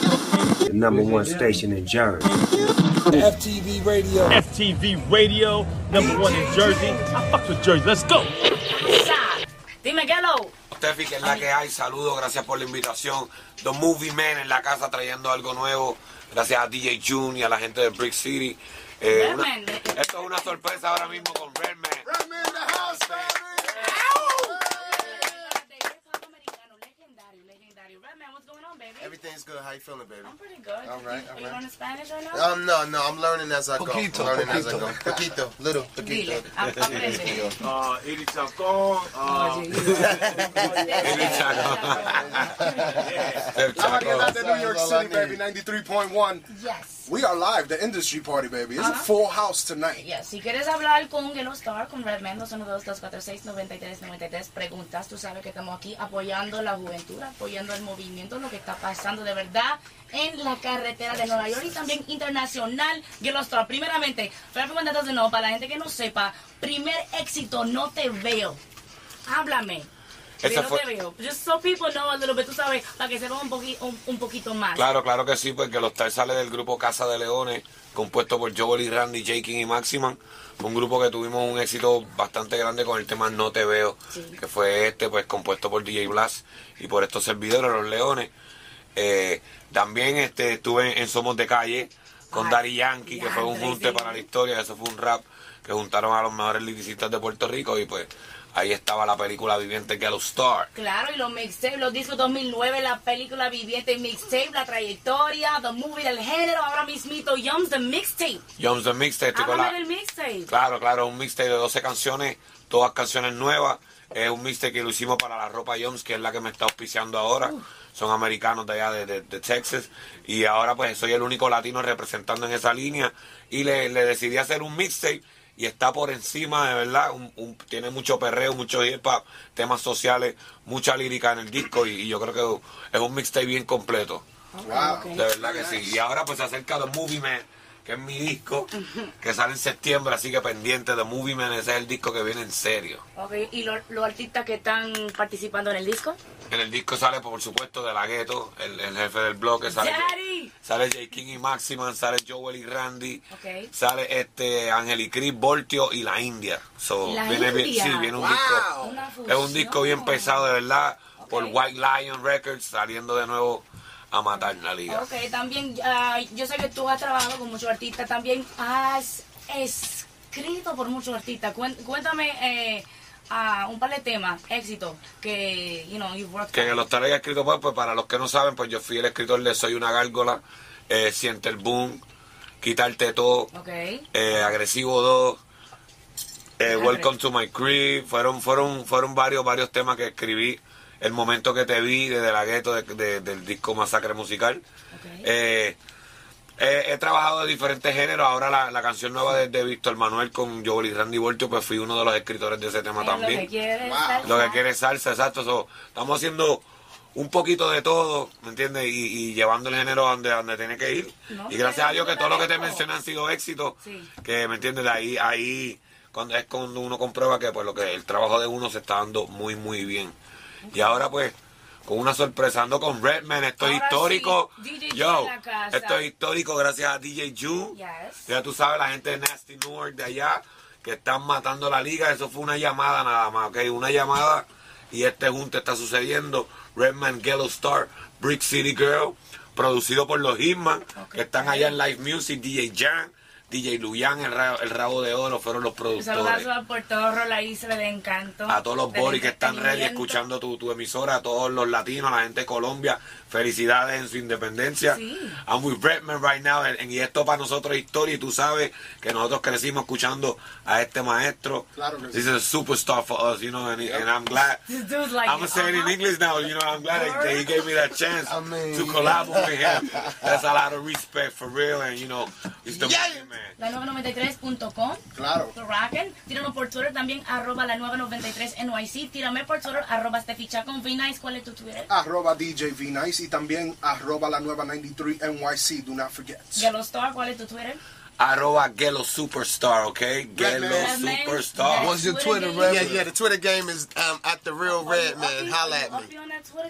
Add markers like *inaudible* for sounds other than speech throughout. the number one station in Jersey. FTV Radio. FTV Radio, number one in Jersey. I fuck with Jersey. Let's go. Dime, Gelo. Tefi, que es la que hay, saludos, gracias por la invitación. The Movie Men en la casa trayendo algo nuevo. Gracias a DJ June y a la gente de Brick City. Eh, Red una- Man. esto es una sorpresa ahora mismo con Redman. Legendario, legendario. Redman, what's going on, baby? Everything's good. How you feeling, baby? I'm pretty good. All right, all Are you right. learning Spanish right now? Um, no, no, I'm learning as I go. Poquito, I'm learning as I go. poquito. Poquito, little, poquito. Dile, a- aprende. Uh, Eddie Chacon. Uh, Oye, you- El Somebody Chaco. out there, New York That's all I City, baby, 93.1. Yes. We are live, the industry party, baby. It's a Uh-huh. full house tonight. Yes, si quieres hablar con Gelo Star, con Redman, 212-246-9393, preguntas, tú sabes que estamos aquí apoyando la juventud, apoyando el movimiento, lo que está pasando de verdad en la carretera de Nueva York y también internacional. Gelo Star, primeramente, for everyone that doesn't know, para la gente que no sepa, primer éxito, No Te Veo. Háblame. de Esa no fue- te veo. Just so people know a little bit, tú sabes, para que sepan un, poqui- un, un poquito más. Claro, claro que sí, porque los tal sale del grupo Casa de Leones, compuesto por Joel y Randy, Jakin y Maximan. Fue un grupo que tuvimos un éxito bastante grande con el tema No Te Veo, que fue este, pues compuesto por DJ Blas y por estos servidores, los Leones. Eh, también este, estuve en Somos de Calle con Ay, Dari Yankee, que fue un diantre, junte sí. para la historia, eso fue un rap que juntaron a los mejores liricistas de Puerto Rico y pues ahí estaba la película viviente Ghetto Star. Claro, y los mixtapes, los discos 2009, la película viviente y mixtape, la trayectoria, the movie del género, ahora mismito, Yums, the mixtape. Jones the Mixtape, estoy con Háblame la- del mixtape. Claro, claro, un mixtape de 12 canciones, todas canciones nuevas. Es un mixtape que lo hicimos para la ropa Jones, que es la que me está auspiciando ahora. Son americanos de allá de, de- de Texas. Y ahora pues soy el único latino representando en esa línea. Y le, le decidí hacer un mixtape y está por encima, de verdad. un- un- tiene mucho perreo, mucho hip hop, temas sociales, mucha lírica en el disco. Y, y yo creo que es un mixtape bien completo. Wow. De verdad que sí. Y ahora pues se acerca The Movie Man, que es mi disco, que sale en septiembre, así que pendiente de Movie Man, ese es el disco que viene en serio. Ok, y lo- los artistas que están participando en el disco. En el disco sale, por supuesto, de la gueto, el, el jefe del bloque, sale, Daddy. sale J. King y Maximan, sale Joel y Randy, Ok. sale este Ángel y Chris, Voltio y la India. So, La viene bien- India. sí, viene un Wow. disco. Una Es un disco bien fusión. pesado, de verdad, por Ok. White Lion Records, saliendo de nuevo a matar la liga. Ok, también, ah, yo sé que tú has trabajado con muchos artistas, también has escrito por muchos artistas. Cuen- Cuéntame eh, ah, un par de temas, éxito, que, you know, you've worked que los tres haya escrito pues, pues para los que no saben, pues yo fui el escritor de Soy una gárgola, eh, Siente el boom, Quitarte todo, Ok. eh, Agresivo 2, eh, Welcome to my crib, fueron, fueron, fueron varios, varios temas que escribí, El momento que te vi, desde la gueto de- de- del disco Masacre Musical. Ok. Eh, he, he trabajado de diferentes géneros, ahora la, la canción nueva de, de Víctor Manuel con Joel y Randy Voltio, pues fui uno de los escritores de ese tema Es también. Lo que quiere Wow. estar- Lo que quiere es salsa, exacto. So, estamos haciendo un poquito de todo, ¿me entiendes? Y, y llevando el género a donde, a donde tiene que ir. No, y gracias a Dios que pero todo lo que te talento. mencioné han sido éxitos. Sí. Que, ¿me entiendes? De Ahí, ahí cuando, es cuando uno comprueba que pues lo que el trabajo de uno se está dando muy, muy bien. Y ahora pues, con una sorpresa, ando con Redman, esto es Ahora histórico. sí, DJ Ju Yo, en la casa. esto es histórico gracias a DJ Ju. Yes. Ya tú sabes, la gente de Nasty Newark de allá que están matando la liga. Eso fue una llamada nada más, ¿ok? Una llamada y este junte está sucediendo. Redman, Yellow Star, Brick City Girl, producido por los Hitman, que están allá en Live Music, DJ Jan, DJ Luyan, el, Ra- el Rabo de Oro, fueron los productores. Saludazo a Puerto Rico, la isla de encanto. A todos los del boris que están ready entretenimiento. escuchando tu, tu emisora, a todos los latinos, a la gente de Colombia, felicidades en su independencia. Sí. I'm with Redman right now, en- en- y esto para nosotros es historia, y tú sabes que nosotros crecimos escuchando a este maestro. Claro que sí. This is a superstar for us, you know, and, and I'm glad. This dude's like, I'm gonna say it in uh-huh. English now, you know, I'm glad that, that he gave me that chance I mean- to collaborate with him. That's a lot of respect for real, and you know, he's the Yeah. man. La 993.com. Claro. The Rockin'. Tíranos por Twitter también, arroba la 993 NYC. Tírame por Twitter, arroba Stefficha con V-Nice. ¿Cuál es tu Twitter? Arroba DJ V Nice y también arroba la nueva 93 NYC. Do not forget. Yellow Star, ¿cuál es tu Twitter? arroba Gelo Superstar, ¿ok? Gelo man. Superstar. What's your Twitter, Twitter Red? game. Yeah, yeah. The Twitter game is um, at the real red man. Holla at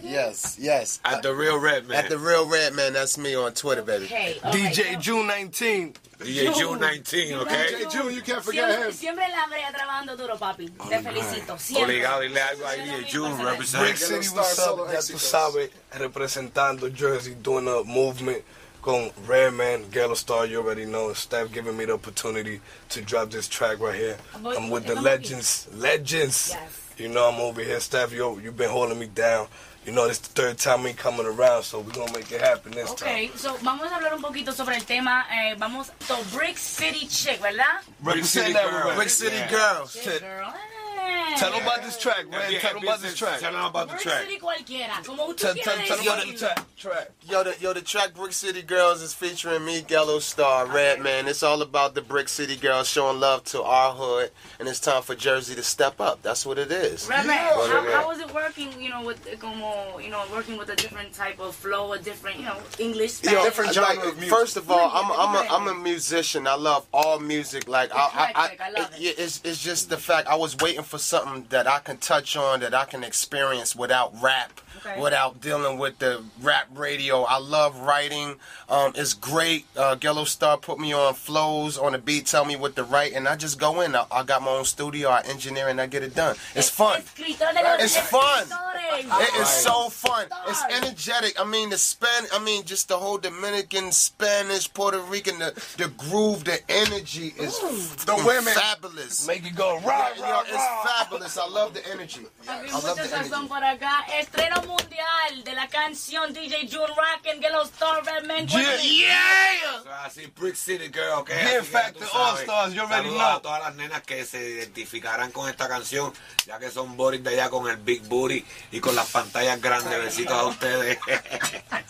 me. Yes, yes. Uh, Uh, At the real red man. At the real red man. That's me on Twitter, baby. Okay, DJ June 19. DJ June 19, ¿ok? Hey, June, you can't forget Siempre, him. siempre la brea trabajando duro, papi. Te felicito. Siempre. Obligado, dile algo ahí. DJ June Brick represent. City, Star what's up? Solo Ya tú Éxitos. sabes, representando Jersey, doing a movement con Redman, Ghetto Star, you already know. Steph giving me the opportunity to drop this track right here. Voy- I'm with the estamos legends, legends. Yes. You know I'm over here, Steph. Yo, you've been holding me down. You know this the third time me coming around, so we're gonna make it happen this Ok, time. so vamos a hablar un poquito sobre el tema. eh, vamos, so Brick City Chick, ¿verdad? Represent City everywhere. girls. Brick City Yeah. girls. Chick, girl. Eh. Tell them about this track, man. Yeah, Tell them about this track. Tell them about the Brick track. City cualquiera. Como tú Tell tell- quieras tell them about decirlo. the track. track. Yo, the, yo, the track Brick City Girls is featuring me, Gallo Star, Red Man. It's all about the Brick City Girls showing love to our hood, and it's time for Jersey to step up. That's what it is. Right, right. What How, it how is. was it working, you know, with eh, como, you know, working with a different type of flow, a different, you know, English Yo, style? Different like, genre of music. First of all, I'm I'm Right. a, I'm a musician. I love all music. Like I, I, Eclectic, I, I love it. yeah, it's it's just the fact I was waiting for something that I can touch on, that I can experience without rap, Okay. without dealing with the rap radio. I love writing. Um, it's great. Uh, Gello Star put me on flows on the beat, tell me what to write, and I just go in. I, I got my own studio, I engineer, and I get it done. It's fun. Escritores, los It's fun. escritores. It is so fun. It's Stars. energetic. I mean, the span. I mean, just the whole Dominican, Spanish, Puerto Rican. The the groove, the energy is The women. fabulous. Make it go Yeah, rock, yo, rock, it's fabulous. I love the energy. Papi, I love mucha the sazón energy. por acá. Estreno mundial de la canción DJ June Rockin' que los Torbermen. Yeah. Eso es Así, Brick Ah, City Girl, ok. Bien, Así que ya Factor, tú sabes. All Stars, you already Saludos know. a todas las nenas que se identificarán con esta canción, ya que son Boris de allá con el Big Booty y con las pantallas grandes. Besitos a ustedes. *laughs*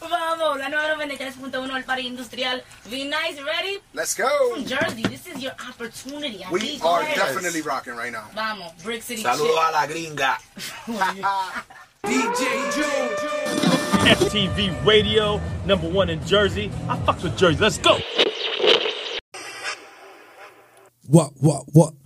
Vamos, la nueva 93.1 El Party Industrial. Be nice, ready? Let's go. Jersey, this is your opportunity. I We need are you. definitely rocking right now. Vamos, Brick City Saludos a la gringa. FTV Radio, number one in Jersey. I fucks with Jersey. Let's go. What, what, what?